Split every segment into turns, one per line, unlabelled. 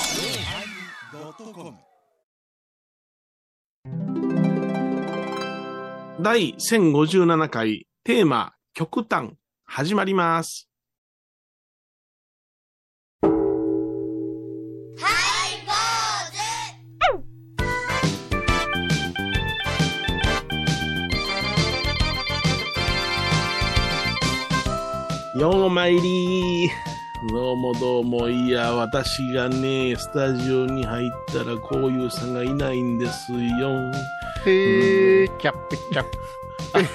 yosmir
第1057回テーマ極端始まります。ようまいりどうもどうも、いや、私がね、スタジオに入ったら、こういうさんがいないんですよ。
えー、キャッペチャ。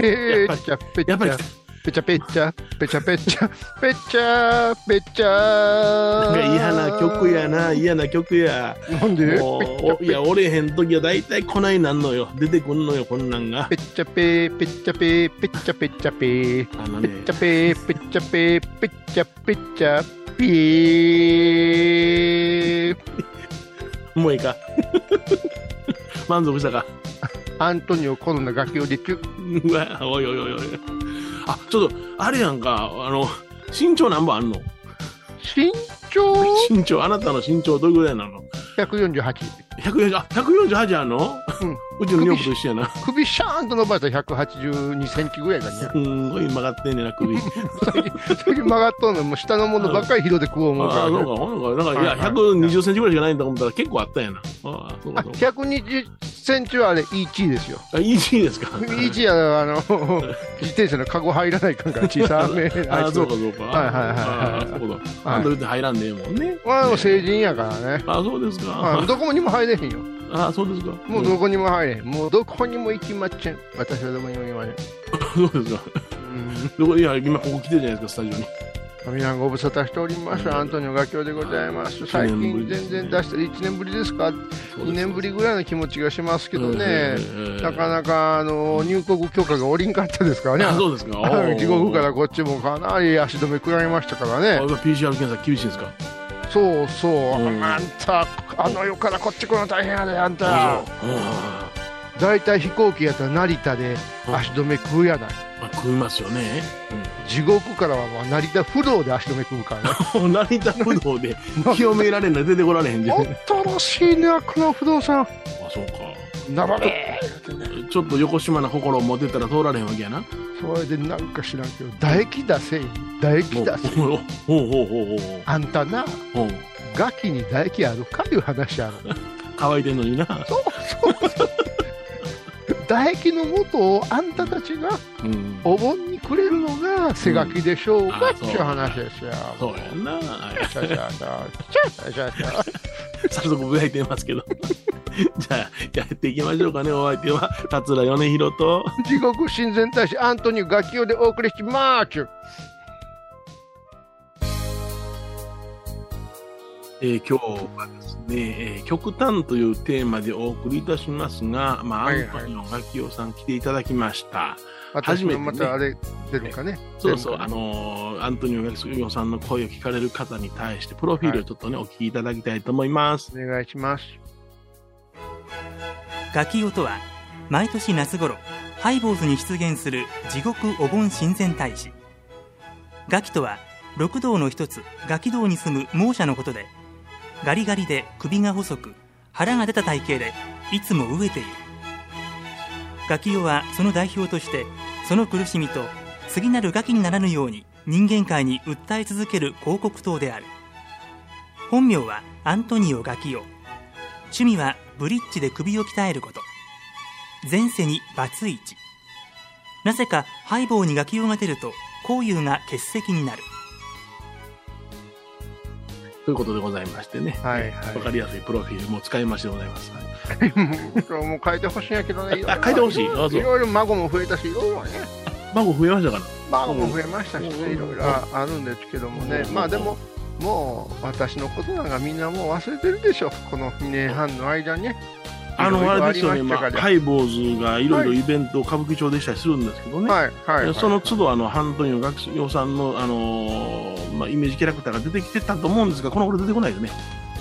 えー、キャッペチ
やっぱり
ャ。ペチャペチャ、ペチャペ チャ、ペチャペチャ。
なんか嫌な曲やな、。嫌な曲や。
なんで
もうおいや、おれへん時は大体こないなんのよ。出てくんのよ、こんなんが。
ペチャペペチャペペチャペチャペ
あの
ペ
ね、
チャペペチャペペチャペチャペ
もういいか。 満足したか。
アントニオコロナ楽器をできる
うわ、おいおいおいおい。あ、ちょっと、あれやんか、あの、身長何本あんの
身長
身長、あなたの身長どれぐらいなの
148
140あ148あんの、う
うん
ちの女房と一緒やな。
首シャーンと伸ばしたら182センチぐらいだね
すんごい曲がってんねんな、首。
最近最近曲がっとんのもう下のものばっかり拾って食おう思うか
ああ、
ら、
そう
ね
か、、ほんか、なんか、いや、
はいはい
120センチぐらいしかないんだと思ったら結構あったんやな。ああ、そう
あ
か、そうか。
120センチはあれ1位ですよ
あ、いいですか。
1位はあの自転車のカゴ入らないかんから小さめ
あ
あ
あ、
いつ
そうか、そうか。
はいはいはいはい
ああ、そうだ。あんた別に入らんでええもんね。
まあもう成人やからね
ああ、そうです
あ
か。
どこにも入れへんよ
ああ、そうですか。
もうどこにも入れへんもうどこにも行きまっちゃん私はどこにも行きません
うんそうですか。
う
ど
ん
こ、いや、今ここ来てるじゃないですか、スタジオに。
皆さんご無沙汰しておりますアントニオガキョウでございます最
一年ぶり
近
ですね
全然出して1年ぶりですか2年ぶりぐらいの気持ちがしますけどね、なか
か。
なかあの入国許可がおりんかったですからね
あ、そうです か。お
あの
ー
地獄から。こっちもかなり足止め食らいましたから
あ
ね
今 PCR 検査厳しいですか。
そうそう、
うん
あんたあの世からこっち来るの大変やであんた
うんうんうんま
大体飛行機やったら成田で足止め食うやない
あ食いますよ ね。
地獄からはまあ成田不動で足止め食うからね
成田不動で 清められんなら出てこられへんで。あ、
恐ろしいねこの不動産
そうか。
並べ
ちょっと横島な心を持てたら通られへんわけやな。
それでなんか知らんけど唾液出せ唾液出せ
ほうほうほうほうほうほう
あんたな
ほう。
ガキに唾液あるかいう話やろ
乾いてんのにな。
唾液の元をあんたたちが
うん。
お盆にくれるのが背書きでしょう
うんあ
か、っていう話ですよ。
そうやんな。 はい
シャシャシャシャシャシャ
早速ぶやいてますけど。 じゃあ、やっていきましょうかね。お相手は、桂米広と。
地獄親善大使アントニオガキオでお送りします。
えー今日はですね、えー極端というテーマでお送りいたしますが、まあ、
はい
アン
はい
トニオガキオさん来ていただきました。初
私
め
も
てね
またあれ出るかね。
そうそう、
出
あ
るかね
のーアントニオガキオさんの声を聞かれる方に対して、プロフィールをちょっとね、お聞きいただきたいと思います。
お願い します。
ガキオとは毎年夏頃ハイボーズに出現する地獄お盆親善大使ガキとは六道の一つガキ道に住む猛者のことでガリガリで首が細く腹が出た体型でいつも飢えているガキオはその代表としてその苦しみと次なるガキにならぬように人間界に訴え続ける広告塔である本名はアントニオ・ガキオ趣味はブリッジで首を鍛えること前世にバツイチなぜかハイボーにガキ用が出ると紅友が欠席になる
ということでございましてね、
はいは
わかりやすいプロフィールも使いましてございます。はい
い。もう変えてほしいんやけどね。
あ変えてほしいあそう
いろいろ孫も増えたし、いろいろね。
孫増えましたかな
孫も増えましたし、
うん
いろいろああるんですけどもね
う。ん
まあでも。もう私のことなんかみんなもう忘れてるでしょこの2年半の間にね
あの、あれですよね、
い
ま
ろいろありましたから
あ、ハイボーズがいろいろイベントを歌舞伎町でしたりするんですけどね、
はいはい、はい、
その都度あの、ハントニオ学生さんの、あのーまあ、イメージキャラクターが出てきてたと思うんですが、この頃出てこないよね。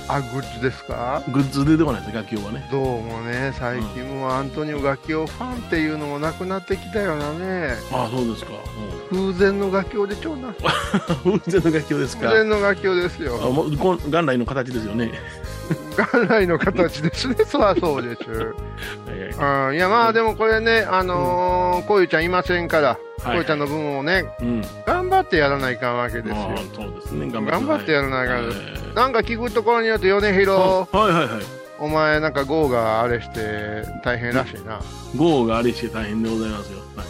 あグッズですか
グッズ出てこないですね、楽器用はね。
どうもね最近もアントニオ楽器用ファンっていうのもなくなってきたよなね
ああ、そうですか。
風前の楽器用でちょうな
うん。 風船の楽器用ですか。
風前の楽器用です
あ
よ
もうこん元来の形ですよね。
元来の形ですねそうはそうです
はいはい
うんいやまあでもこれねあのーこういうちゃんいませんから、
はいはい
こういうちゃんの分をね
うん。
頑張ってやらないかんわけですよ
まあ、そうですね。頑
頑張ってやらないから
えー
なんか聞くところによって米広
はいはいはい。
お前なんかゴーがあれして大変らしいな
豪雨があれして大変でございますよ。はい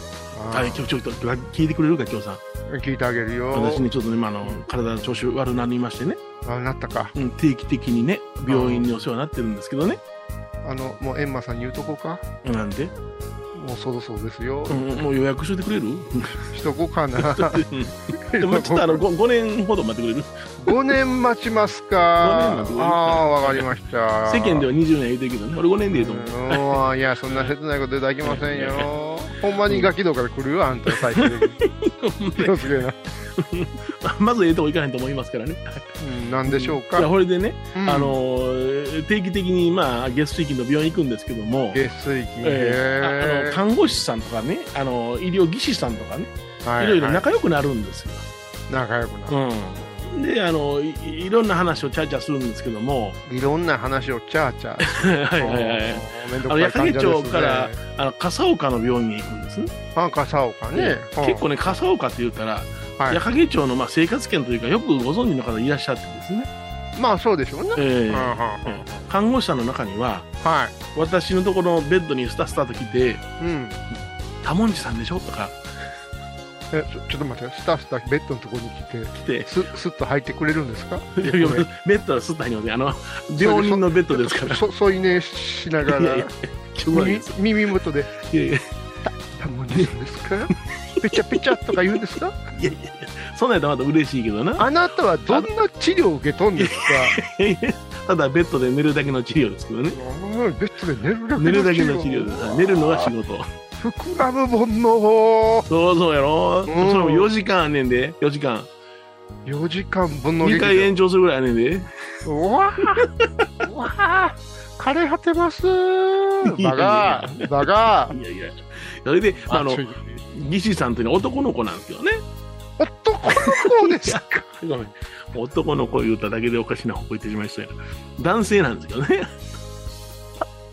あ
はい、ちょ、ちょ、ちょ、聞いてくれるか、今日さん。
ー聞いてあげるよ
私ね、ちょっとね、まあ、あの、体の調子悪なりましてね、
あなったか
うん、定期的にね、病院にお世話になってるんですけどね。
あのもうエンマさんに言うとこうか
なんで、
もうそろそろですよ、
うん、もう予約しといてくれる
しとこう かな
でもちょっとあの 5, 年ほど待ってくれる
5年待ちますか
五年待つ
ああわかりました
世間では20年言うてるけどね俺5年でいいと思う
思うんいやそんな切ないこといただきませんよほんまにガキ道から来るよあんた最近 気をつけな、
まずええとこ行かへんと思いますからね
うん、なんでしょう
いや
か、
これでね、
うん
あのー定期的にまあ月水金の病院行くんですけども
下水菌
えーああの
へ
看護師さんとかね、あの医療技師さんとかね、
ーはい
ろいろ仲良くなるんですよ。
仲良くなる
うん、であのい、いろんな話をチャーチャーするんですけども、
いろんな話をチャーチャーし
はいは
て
いはい、
めんど
あの
くさい
矢
患
掛
者です
町
ね
からあの笠岡の病院に行くんですね。
あ笠岡ね
結構ね、笠岡って言ったら、
はい
矢掛町のまあ生活圏というか、よくご存知の方いらっしゃってですね、
うんまあそうでしょうね、
え
うんうん
ーえー看護師さんの中には、
は
私のところのベッドにスタスタと来て、
い、うん、
タモンジさんでしょとか
えちょちょっと待ってスタッフだけベッドのところに来て
来て、
すすっと入ってくれるんですか
いやいやベッドはすったにね、あの病人のベッドですから。
そ添い寝しなが
いやい
ら
やちょっと
耳
待って
耳元で
いやいや
「タモリさんですかペチャペチャ」とか言うんですか
いやいやいやそんなんやったらまた嬉しいけどな。
あなたはどんな治療を受けとんですか
ただベッドで寝るだけの治療ですけどね。
うんベッドで
寝
寝
る
る
だ
だ
け
け
の
の
治
治
療
療
です。寝るのが仕事。
膨らむ煩悩
そうそうやろ。
ん
それも4時間あんねんで。4時間。
4時間分の
2回延長するぐらいあんねんで。
うわーうわー枯れ果てますバガーバガー
いやいや。それで、あの
ちょ、い
技師さんというのは男の子なんですよね。
男の子ですか
ごめん。男の子言うただけでおかしな方向行ってしまいましたよ。男性なんですけどね。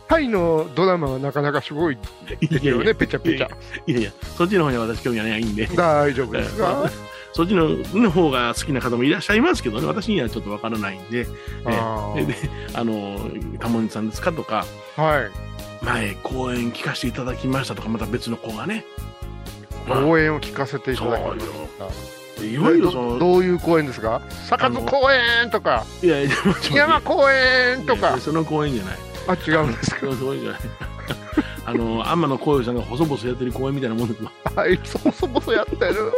タイのドラマはなかなかすごい
いや
よ
いや
ね、ペチャペチャ。
いやいや、そっちの方には私興味はないんで。
大丈夫ですか
そっちのの方が好きな方もいらっしゃいますけどね、私にはちょっとわからないんで、
あ
で、であの、タモリさんですかとか、
ーはい。
前、公演聞かせていただきましたとか、また別の子がね、まあ
応援を聞かせていただきました。
いろいろそ
ど
の、
どういう公演ですか坂津公園とか、
いやいや、ちょっと待って
山公園と
い
か
や、その公演じゃない。
あ、違うんです
その公演じゃない。 あの、天野幸雄さんが細々やってる公演みたいなもんですよ
か、いつ細々やってる、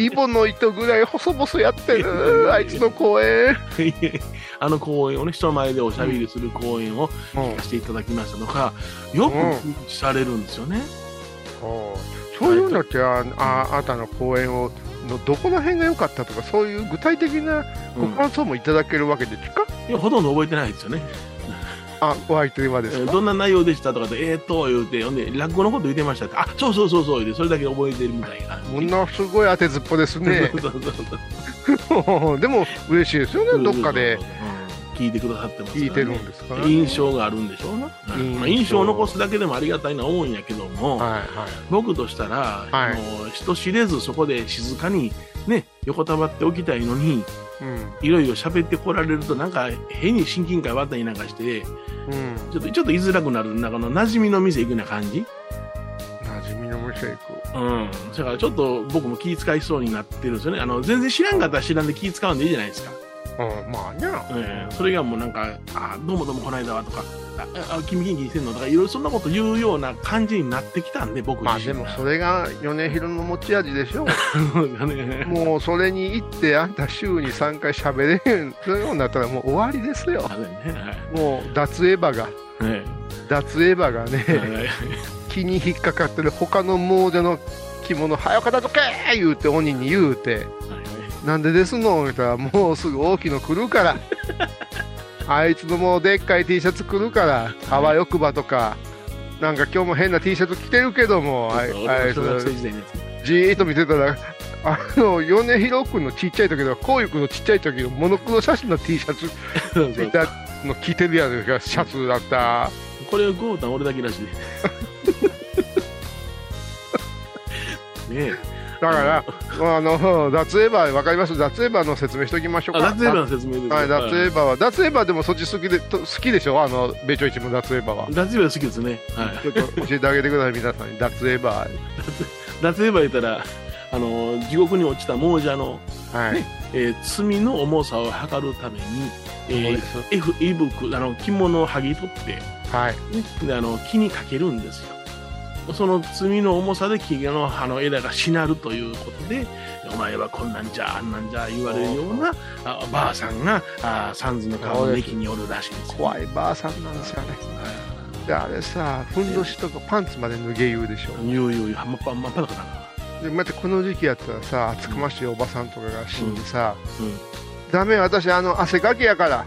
イボの糸ぐらい細々やってる、あいつの公演、
いやいや あの公演をね、人前でおしゃべりする公演を聞かせていただきましたとか、よくされるんですよね。
そういうのって、あああなたの公演をのどこの辺が良かったとか、そういう具体的な
う
ご
ん
感想もいただけるわけですか、
いやほとんど覚えてないですよね。
あお相手はです
えー
か、
どんな内容でしたとかで、えーっと、言うて、ほんで、落語のこと言ってましたって、あ、そうそうそうそう、言うて、それだけ覚えてるみたいな。。
ものすごい当てずっぽですね
そうそうそうそう
でも嬉しいですよね、どっかで
うん聞いてくださってますからね
聞いてるんですから、
印象があるんでしょうな、うんまあ、印象を残すだけでもありがたいな思うんやけども、
はいはい、
僕としたら、
はい
あの人知れずそこで静かにね横たわっておきたいのに
うん
いろいろ喋ってこられるとなんか変に親近感わったりなんかしてち
うん、
ょっとちょっと居づらくなるなんかあの馴染みの店行くような感じ
馴染みの店行く
うん、だからちょっと僕も気遣いそうになってるんですよねあの全然知らんかったら知らんで気遣うんでいいじゃないですか、
うん、まあね、
えーそれがもうなんか「あどうもどうもこの間は」とか「ああ君元気にしてんの?」とかいろいろそんなこと言うような感じになってきたんで僕
まあ
自
で
身
も
が、
それが米広の持ち味で しょ
ね
もうそれに行ってあんた週に3回喋れへんそういうようになったらもう終わりですよ
あれね
もう脱エヴァが
はい
脱エヴァが
はい
ね
はい
気に引っかかってる他の亡者の着物早かたとけ言うて鬼 に言うてなんでですの言うたらもうすぐ大きいの来るからあいつのもうでっかい T シャツ来るからハワイ奥歯とかなんか今日も変な T シャツ着てるけどもあいあ
俺
い
の
つ
小学生時代のやつ。
じーっと見てたらあの米広君のちっちゃい時とかこういう君のちっちゃい時のモノクロ写真の T シャツ
そうそう
だの着てるやつがシャツだった
これをゴータン俺だけら しい。ねえ。
だからあの脱エヴァわかります脱エヴァの説明しておきましょう
あ、ラ
か
ツエバの説明ですね。
はい、脱エ
エ
ヴァは、脱エヴァでもそっち好きで、と好きでしょあの、米朝一も脱エヴァは。
ラツエバ好きですね。はい。
ちょっと教えてあげてください、皆さんに。脱エヴァ。
ラツエバ言ったら、あの、地獄に落ちた亡者の、
はい。
えー罪の重さを測るために、え
そう
ー
です
F、イブク、あの、着物を剥ぎ取って、
はい。
であの木にかけるんですよその罪の重さで木の葉の枝がしなるということでお前はこんなんじゃあんなんじゃ言われるようなあばあさんがあサンズの顔の駅におるらしいですよ
怖いばあさんなんですよね。で、あれさ、ふんどしとかパンツまで脱げ言うでしょ。
ゆうゆうまっぱまっぱだからな
で、またこの時期やったらさ、厚くましいおばさんとかが死んでさ、
うん
ダメ、私、あの、汗かきやから。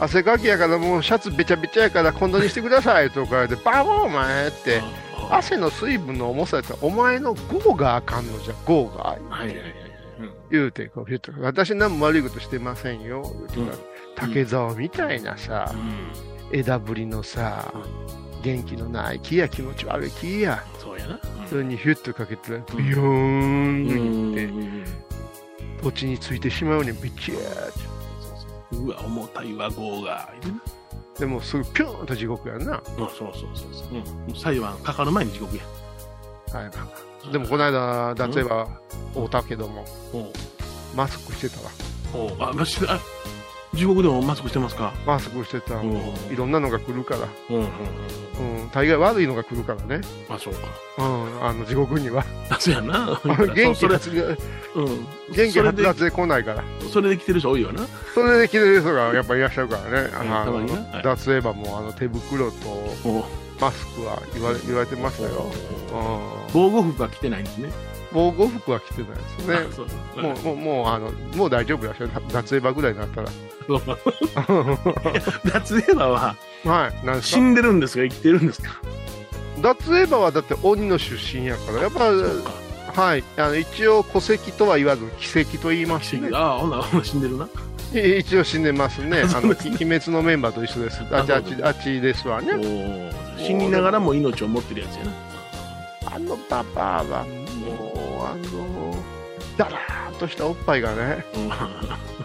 汗かきやからもうシャツべちゃべちゃやからこんなにしてくださいと かでバカお前って
あ
汗の水分の重さやったらお前のゴーがあかんのじゃゴーが
はいはいはいはいうん
言うてこう言うて私何も悪いことしてませんよ言うてから
うん
竹竿みたいなさ、
うん
枝ぶりのさ、元気のない木や気持ち悪い木や
そうやな
それにヒュッとかけてビ
ん
ヨー
うん
ン
うん
抜いて土地についてしまうようにビチーっ
そうそううわ重たいわ号が
てでもすぐピューンと地獄やんな、
うんそうそうそうそううんもう裁判かかる前に地獄や
はい、でもこの間例えば会うたけども
おう
マスクしてたわ
おうあ、ましあ、地獄でもマスクしてますか。
マスクしてたわ
うん
いろんなのが来るから、
うんうんうん。
うん、大概悪いのが来るからね、
まあそうか。
うん、あの地獄には
あ、そうやな。
元
そ
気
れ、
発言
うん。
元気
それ
はつ
で
ら、つで来ないから、
それで来てる人多いよな。
それで着てる人がやっぱいらっしゃるからね、あ
たま
の
にねはい
脱エヴァもあの手袋と
おう
マスクは言われ言われてましたよ、うん、
防護服は着てないんですね。
防護服は着てないですね
あ、。そう。
もうもうもうあのもう大丈夫だしょ、脱エヴァぐらいになったら。
そうか。脱エヴァは
はい、なんです
死
か
んでるんですか、生きてるんですか。
脱エヴァはだって鬼の出身やから、やっ
そうか。
ぱ、はい、あの一応、戸籍とは言わず、奇跡と言います
死
ね
ん。あ、ほな、ほな、死んでるな。
い一応死んでます ね、あの
そう
鬼
ですね
滅のメンバーと一緒です、あっちあっちあっちですわね。
おう死にながらも命を持ってるやつやな。
あのパパはもうあのだらーっとしたおっぱいがね
うん。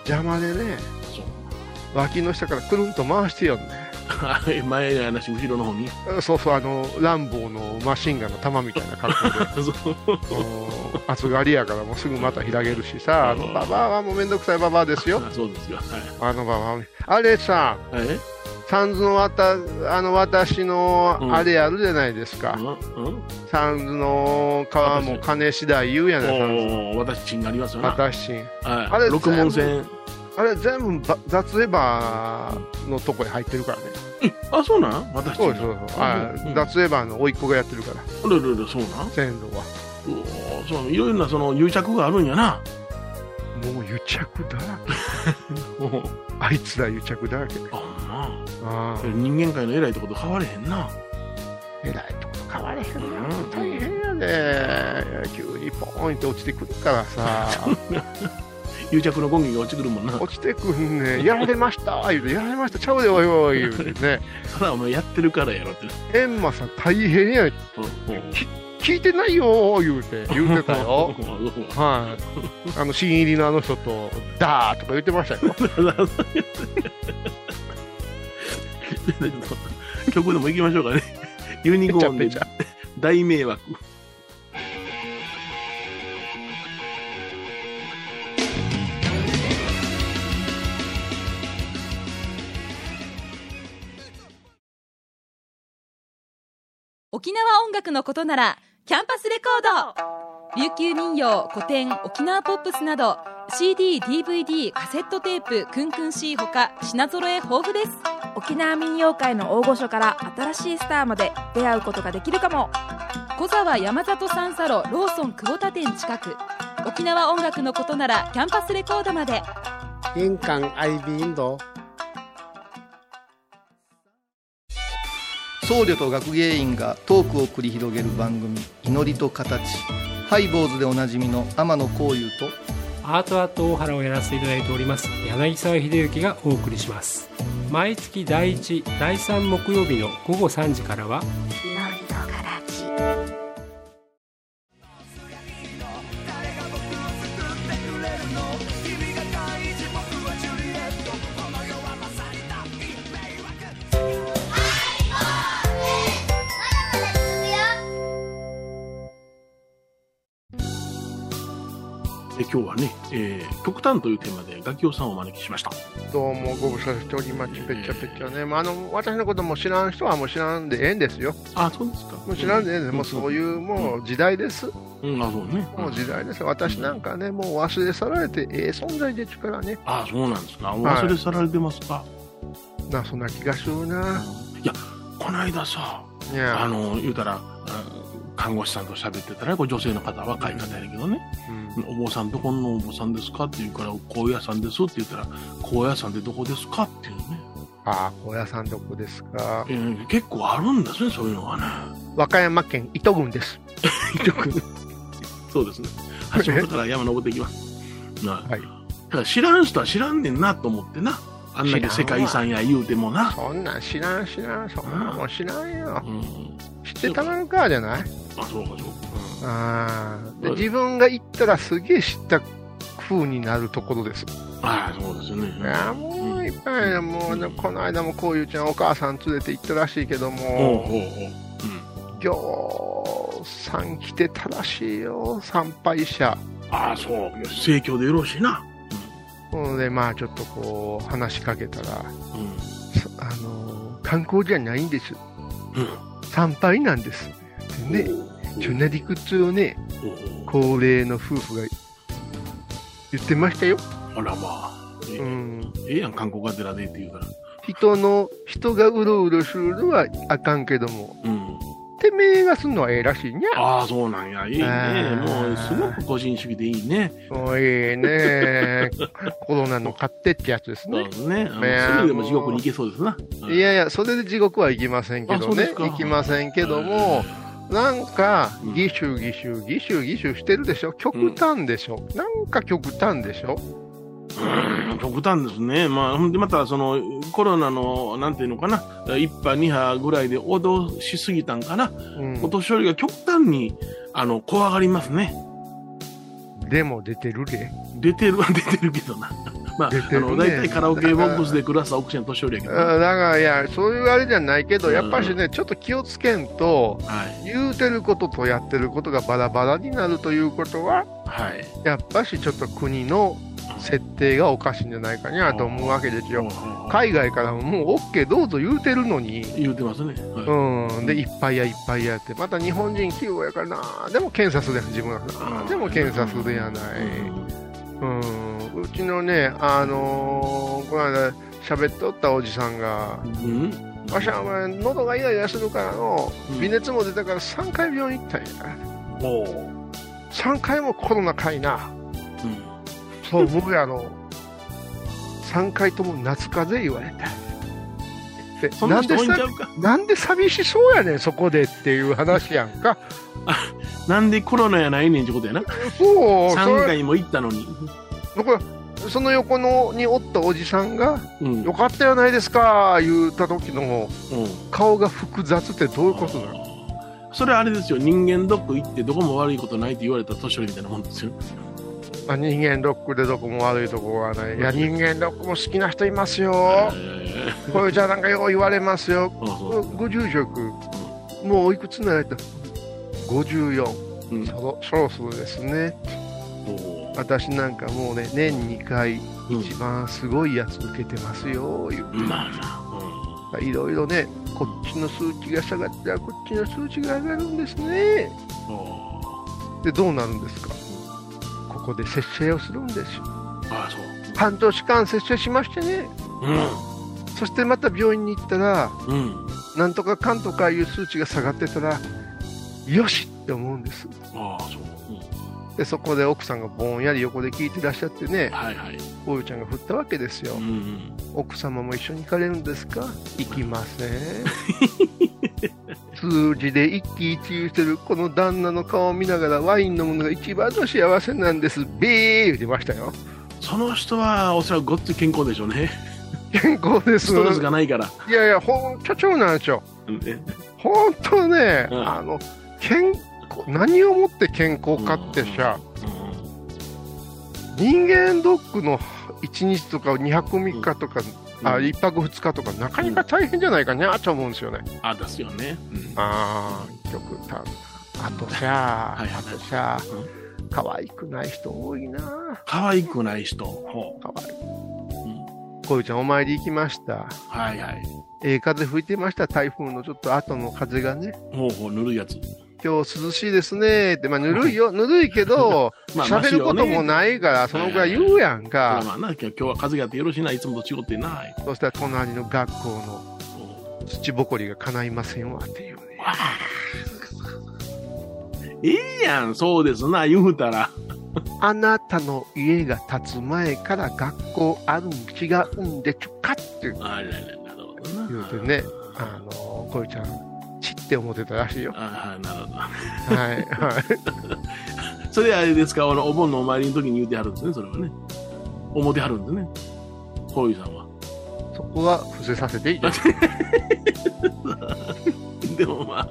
邪魔でね
そう。
脇の下からくるんと回してよんね
あえ 前の話、後ろの方に。
そうそうあのランボーのマシンガンの弾みたいな格好で
そう。
もう厚刈りやからもうすぐまた開けるしさあのババアはもうめんどくさいババアですよ
あ そうですよ。はい。
あのババアはあれさ
え
サンズのわたあの私
う
の
ん
あれやるじゃないですか、
うんうん
サンズの川も金次第言うやない、サンズ
おお、私チンがありますよな。はい、
私あ
あ
れ
六門線。
あれ全部ば雑エバーのとこに入ってるからね
あ、そうなん私
そ
チ
う
ン。
そうそうあ
うん
雑エバーの甥っ子がやってるから
あれれれ、そうなん
線路は
うおーそう、いろいろなその癒着があるんやな。
もう癒着だらけ
おお
あいつら癒着だらけ
あ、ほんま
ああ
人間界の偉いとこと変われへんな。
えらいところ変われへん
う
なん大変やで急にポーンって落ちてくるからさ
癒着の権限が落ちてくるもんな。
落ちてくんねやられました言うてやられましたちゃうでおいおい言うて ね
そら、お前やってるからやろって。
エンマさん大変や
おお
聞いてないよ言うて言うてたよはい、あの新入りのあの人と「ダー」とか言ってました よ
曲でも行きましょうかね。ユニコーン
め
で
ちゃめ
大迷惑。
沖縄音楽のことならキャンパスレコード琉球民謡古典沖縄ポップスなど CDDVD カセットテープクンクン C ほか品揃え豊富です
沖縄民謡界の大御所から新しいスターまで出会うことができるかも
小沢山里三佐路ローソン久保田店近く沖縄音楽のことならキャンパスレコードまで
印鑑 IB インド僧侶と学芸員がトークを繰り広げる番組「祈りと形」ハイ坊主でおなじみの天野幸雄と
アートアート大原をやらせていただいております柳沢秀幸がお送りします毎月第1第3木曜日の午後3時からは
え今日はね、えー極端というテーマでガキオさんをお招きしました。
どうもご無沙汰しております。ぺちゃぺちゃね。まあ、あの、私のことも知らん人はもう知らんでええんですよ。
あ、そうですか。。
もう知らんでええんです。もうそういうう、もう時代です。
うん、あ、そうね。
もう時代です。私なんかね、もう忘れ去られてええ存在ですからね。
あ、そうなんですか。お
はい
忘れ去られてますか。
な、そんな気がするな。
い、や、この間さ、あ
いや、
の、言うたら、あ看護師さんと喋ってたら、これ女性の方は若い方やけどね、お坊さんどこのお坊さんですかって言うから、高野山ですって言ったら、高野山ってどこですかっていうね、
ああ、高野さんどこですか
え。ー結構あるんですね、そういうのがね。
和歌山県糸郡です。
よく そうですね。橋本から山登っていきます。はい
はい
だから知らん人は知らんねんなと思ってな。あんだけ世界遺産や言うてもな。
そんなん知らん知らん。そんなんもう知らんよ
う。ん。
知ってたまるかじゃない
あ、そうかそうか。
ああ。で、
はい
自分が行ったらすげえ知った風になるところです。
うん、ああ、そうですよね。
いやもういっぱいねもうあのこの間もこういうちゃんお母さん連れて行ったらしいけど
ほう
も
ほう
ぎょうさん来てたらしいよ参拝者
ほう。ああ、そう。盛況でよろしいな。
ほんでまあちょっとこう話しかけたら
う
そあのー観光じゃないんです
ん。うん。
参拝なんですでねチュネリクッズをね
ほうほ
高齢の夫婦が言ってましたよ、
う。あらまあ。ええ
うん、
ええやん、韓国が寺でって言うから。
人の人がうろうろするのはあかんけども
うん。
てめえがすんのはええらしいにゃ
ああ、そうなんや。いいね。もう、すごく個人主義でいいね。
おいいねコロナの勝手ってやつです
そう
ね
で。すね。あの
いやー
すぐでも地獄に行けそうですな。うん
いやいや、それで地獄はいきませんけ
あ
ど
そうで
ね
す。か
いきませんけども、なんか
うん、
ギシュギシュ、ギシュギシュしてるでしょ極端でしょ、なんか極端でしょ
うん極端ですね、まあ、ほんでまたそのコロナのなんていうのかな、1波、2波ぐらいで脅しすぎたんかな、
うん
お年寄りが極端にあの怖がりますね、
でも出てるで。
出てるは出てるけどな、 まあ、
出て
あ
るね
の大体カラオケボックスで暮らす奥さん年寄りやけ
あ
どな、
だから、いや、そういうあれじゃないけど、
うん
やっぱしね、ちょっと気をつけんと、
はい、
言うてることとやってることがバラバラになるということは、
はい、
やっぱしちょっと国の設定がおかしいんじゃないかにゃと思うわけですよ。
か
海外からももう OK どうぞ言うてるのに、
言うてますね、はい
うん、でいっぱいやいっぱいやってまた日本人器用やからなでも検査するやん自分は
うん
でも検査するやない、うん、うちのねあのーこの間喋っとったおじさんが
うん、うん
「わしはお前喉がイライラするからの
うん
微熱も出たから3回病院行ったんや
おう
3回もコロナかいな
うん
そう僕やろ3回とも夏風邪言われた」で
そんな人
で
多いん
さ
ちゃうか
なんで寂しそうやねん、そこでっていう話やんか。
なんでコロナやないねんってことや な
そう、そ
3
れ
回も行ったのに、
だからその横のにおったおじさんが、
うん
よかったやないですか、言った時の
うん
顔が複雑ってどういうことなの
あーそれはあれですよ人間ドック行ってどこも悪いことないって言われた年寄りみたいなもんですよ
あ人間ドックでどこも悪いとこがない。いや、人間ドックも好きな人います
え
よ。
ー
これじゃなんかよう言われますよ。
あそう
ご住職、もうおいくつになられた ?54。
うん
そろそろそろですね。
おー
私なんかもうね、年2回、
うん
一番すごいやつ受けてますよ、言う
まあない
ろいろね、こっちの数値が下がったら、こっちの数値が上がるんですね。
うんお
で、どうなるんですかここで節制をするんですよ。
ーあそ
半年間節制しましてね、
う
そしてまた病院に行ったら、
うんうん
なんとかかんとかいう数値が下がってたら、よしって思うんです。
ああそう、うん
で、そこで奥さんがぼんやり横で聞いてらっしゃってね、
はいはい
おゆちゃんが振ったわけですよ
う。ん
奥様も一緒に行かれるんですか行きません。数字で一喜一憂してるこの旦那の顔を見ながらワイン飲むのが一番の幸せなんですべー言ってましたよ
その人はおそらくごっつい健康でしょうね。
健康です
ストレスがないから。
いやいやほん社長なんですよ
うんね
本当ね、
うん
あの健何をもって健康かってさ、
うん
人間ドックの1日とか2泊3日とか、
うん
あ1泊2日とかなかなか大変じゃないかなと思うんですよね、
あ、ですよね。うん
ああ極端あとさ、
はいはい
あとさ
う
可愛くない人多いな
可愛くない人。ほ
可愛いう
うん
こういうちゃんお参り行きました
はいはい。
ええ風吹いてました台風のちょっと後の風がね
ほうほう、ぬるいやつ。
今日涼しいですねって、まあ、ぬる いよ、ぬるいけど、
まあ
喋ることも
い。
ないから、そのぐらい言うやん
まあ
か。
まあな、今日今日は風があってよろしいな、いつもと違ってない。
そしたら隣の学校の
ほ
土ぼこりが叶いませんわっていうね
う。わあええやん、そうですな、言うたら。
あなたの家が建つ前から学校あるん違うんでちゅかって
あれれれなるほどな。
言うてね、あの、こいちゃん、ちって思ってたらしいよ。
ああ、なるほ
はい、はい。
ど。それあれですか、あのお盆のお参りの時に言うてはるんですね、それはね。思ってはるんですね。こういうさんは。
そこは伏せさせていただき
でもまあ、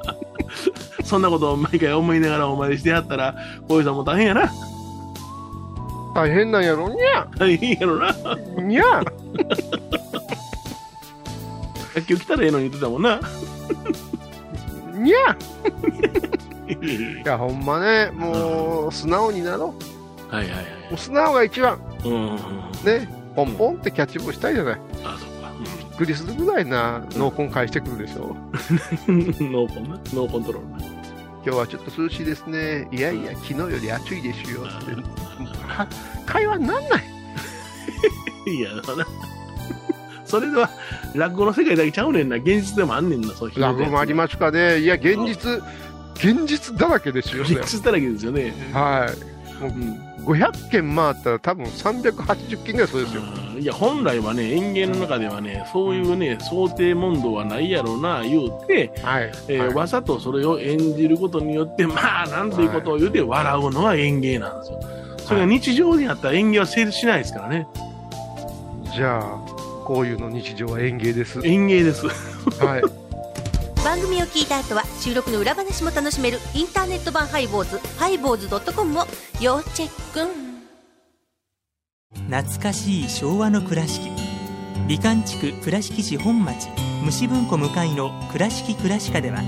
そんなことを毎回思いながらお参りしてはったら、こういうさんも大変やな。
大変なんやろ、にゃ
大変やろな。
にゃ
さっき来たらええのに言ってたもんな。
にゃいや、ほんまね、もう、素直になろう。も
はいはいう
素直が一番。
はい。うん。
ね、ポンポンってキャッチボールしたいじゃない。
あ、そっか。
びっくりするぐらいな濃紺返してくるでしょ。
うん。 ノーコンな。ノーコントロールな。
今日はちょっと涼しいですね。いやいや、昨日より暑いですよ。 っては会話になんない。
いや、だな。それでは、落語の世界だけちゃうねんな。現実でもあんねんな、そういう
ラグもありますすかね。いや、現実、現実だらけですよ。それ
現実だらけですよね。
はい。
うん
500件回ったら多分380件ぐらいそうですよ。
うんいや本来はね園芸の中ではねそういうね想定問答はないやろうな言うて、
はい。
えー
はい
わざとそれを演じることによってまあなんていうことを言うて笑うのは演芸なんですよそれが日常であったら演芸は成立しないですからね
じゃあ、こういうの日常は園芸です。はい。
演芸です
番組を聞いた後は収録の裏話も楽しめるインターネット版ハイボーズハイボーズドットコムを要チェック
懐かしい昭和の倉敷美観地区倉敷市本町虫文庫向かいの「倉敷倉敷科」では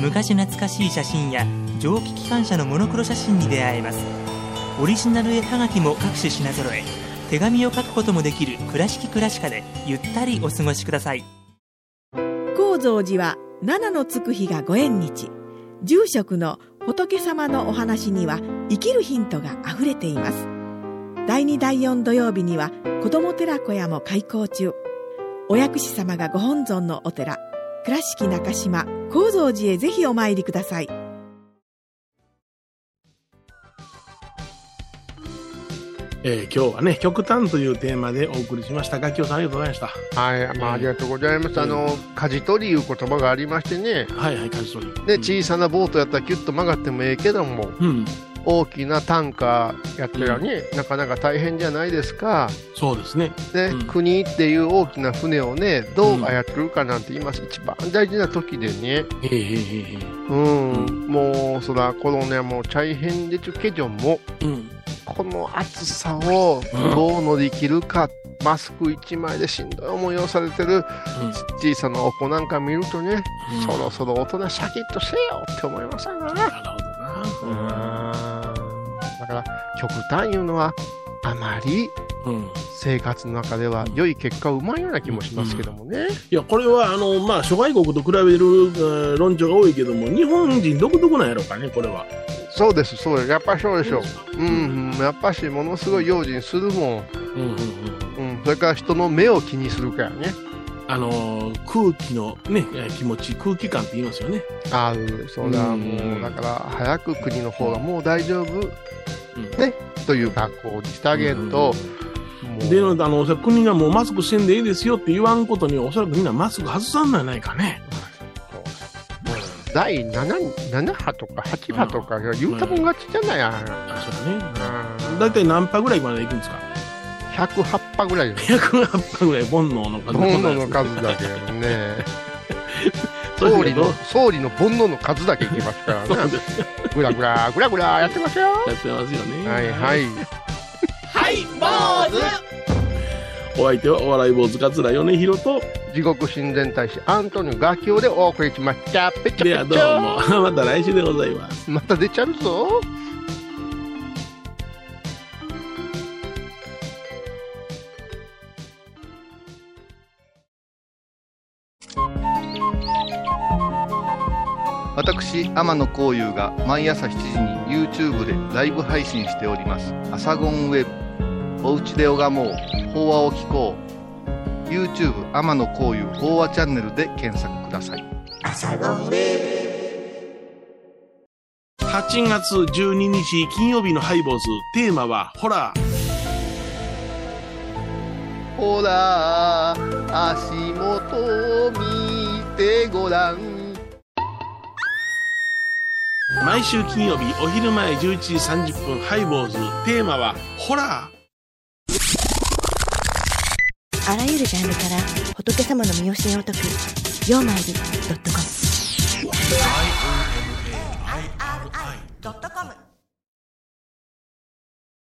昔懐かしい写真や蒸気機関車のモノクロ写真に出会えますオリジナル絵はがきも各種品揃え手紙を書くこともできる「倉敷倉敷科」でゆったりお過ごしください
高蔵寺は七のつく日がご縁日住職の仏様のお話には生きるヒントがあふれています第2第4土曜日には子ども寺小屋も開校中お薬師様がご本尊のお寺倉敷中島・高蔵寺へぜひお参りください
えー今日はね極端というテーマでお送りしましたガキオさんありがとうございました
はい。まあ、ありがとうございます。あの、舵取りいう言葉がありましてね。
はいはい舵取り
で、
うん
小さなボートやったらキュッと曲がってもええけども、
うん
大きな単価やったらね、なかなか大変じゃないですか、
そうですね
ね
うん
国っていう大きな船をねど
う
うん操るかなんて今一番大事な時でね、
へえへえへえへ
うん
う
もうそらコロナも大変でちゅけども
えうん
この暑さを
うん
どう乗り切るか、マスク一枚でしんどい思いをされてる小さなお子なんか見るとね、
うん
そろそろ大人シャキッとせよって思いませんかね。
なるほどな
だから極端いうのはあまり
うん、うん
生活の中では良い結果を生まんような気もしますけどもね、
いやこれはあの、まあ、諸外国と比べるえー論調が多いけども日本人独特なんやろかねこれは
そうですそうですやっぱりそうでしょう、うんうん、やっぱしものすごい用心するもん、
うんうんうん
うん、それから人の目を気にするからね
あのー空気の、ね、えー気持ち空気感って言いますよね、
ああそうだ
う
も
ん
うだから早く国の方がもう大丈夫
うん
という学校にしてあげると、もう
でのあの国がもうマスクしてんでいいですよって言わんことにはおそらくみんなマスク外さんのやないかね、
そう
うん
第 7, 7波とか8波とか言うたもん勝ちじゃないあ
あそうだね
ん
大体何波ぐらいまで行くんですか
108波ぐらいです
108波ぐらい煩悩の数
煩悩の数だけね
そうです
総理
けど
の総理の煩悩の数だけいきますから
そう
ね
ですや
ぐらぐらぐらぐらやってますよは
ってますよね
いはい
はい坊主お相手はお笑い坊主桂米広と
地獄親善大使アントニオガキオでお送りしましたペチャペチャ
ではどうも また来週でございます
また出ちゃうぞ
私天野幸雄が毎朝7時に YouTube でライブ配信しております「アサゴンウェブ」「おうちで拝もう法話を聞こう」YouTube 天野幸雄法話チャンネルで検索ください
8月12日金曜日のハイボーズテーマはホラー
ほら足元を見てごらん
毎週金曜日お昼前11時30分ハイボーズテーマはホラ
あらゆるジャンルから仏様の身教えを解く「曜マイルドットコム」
ー
「ドットコム」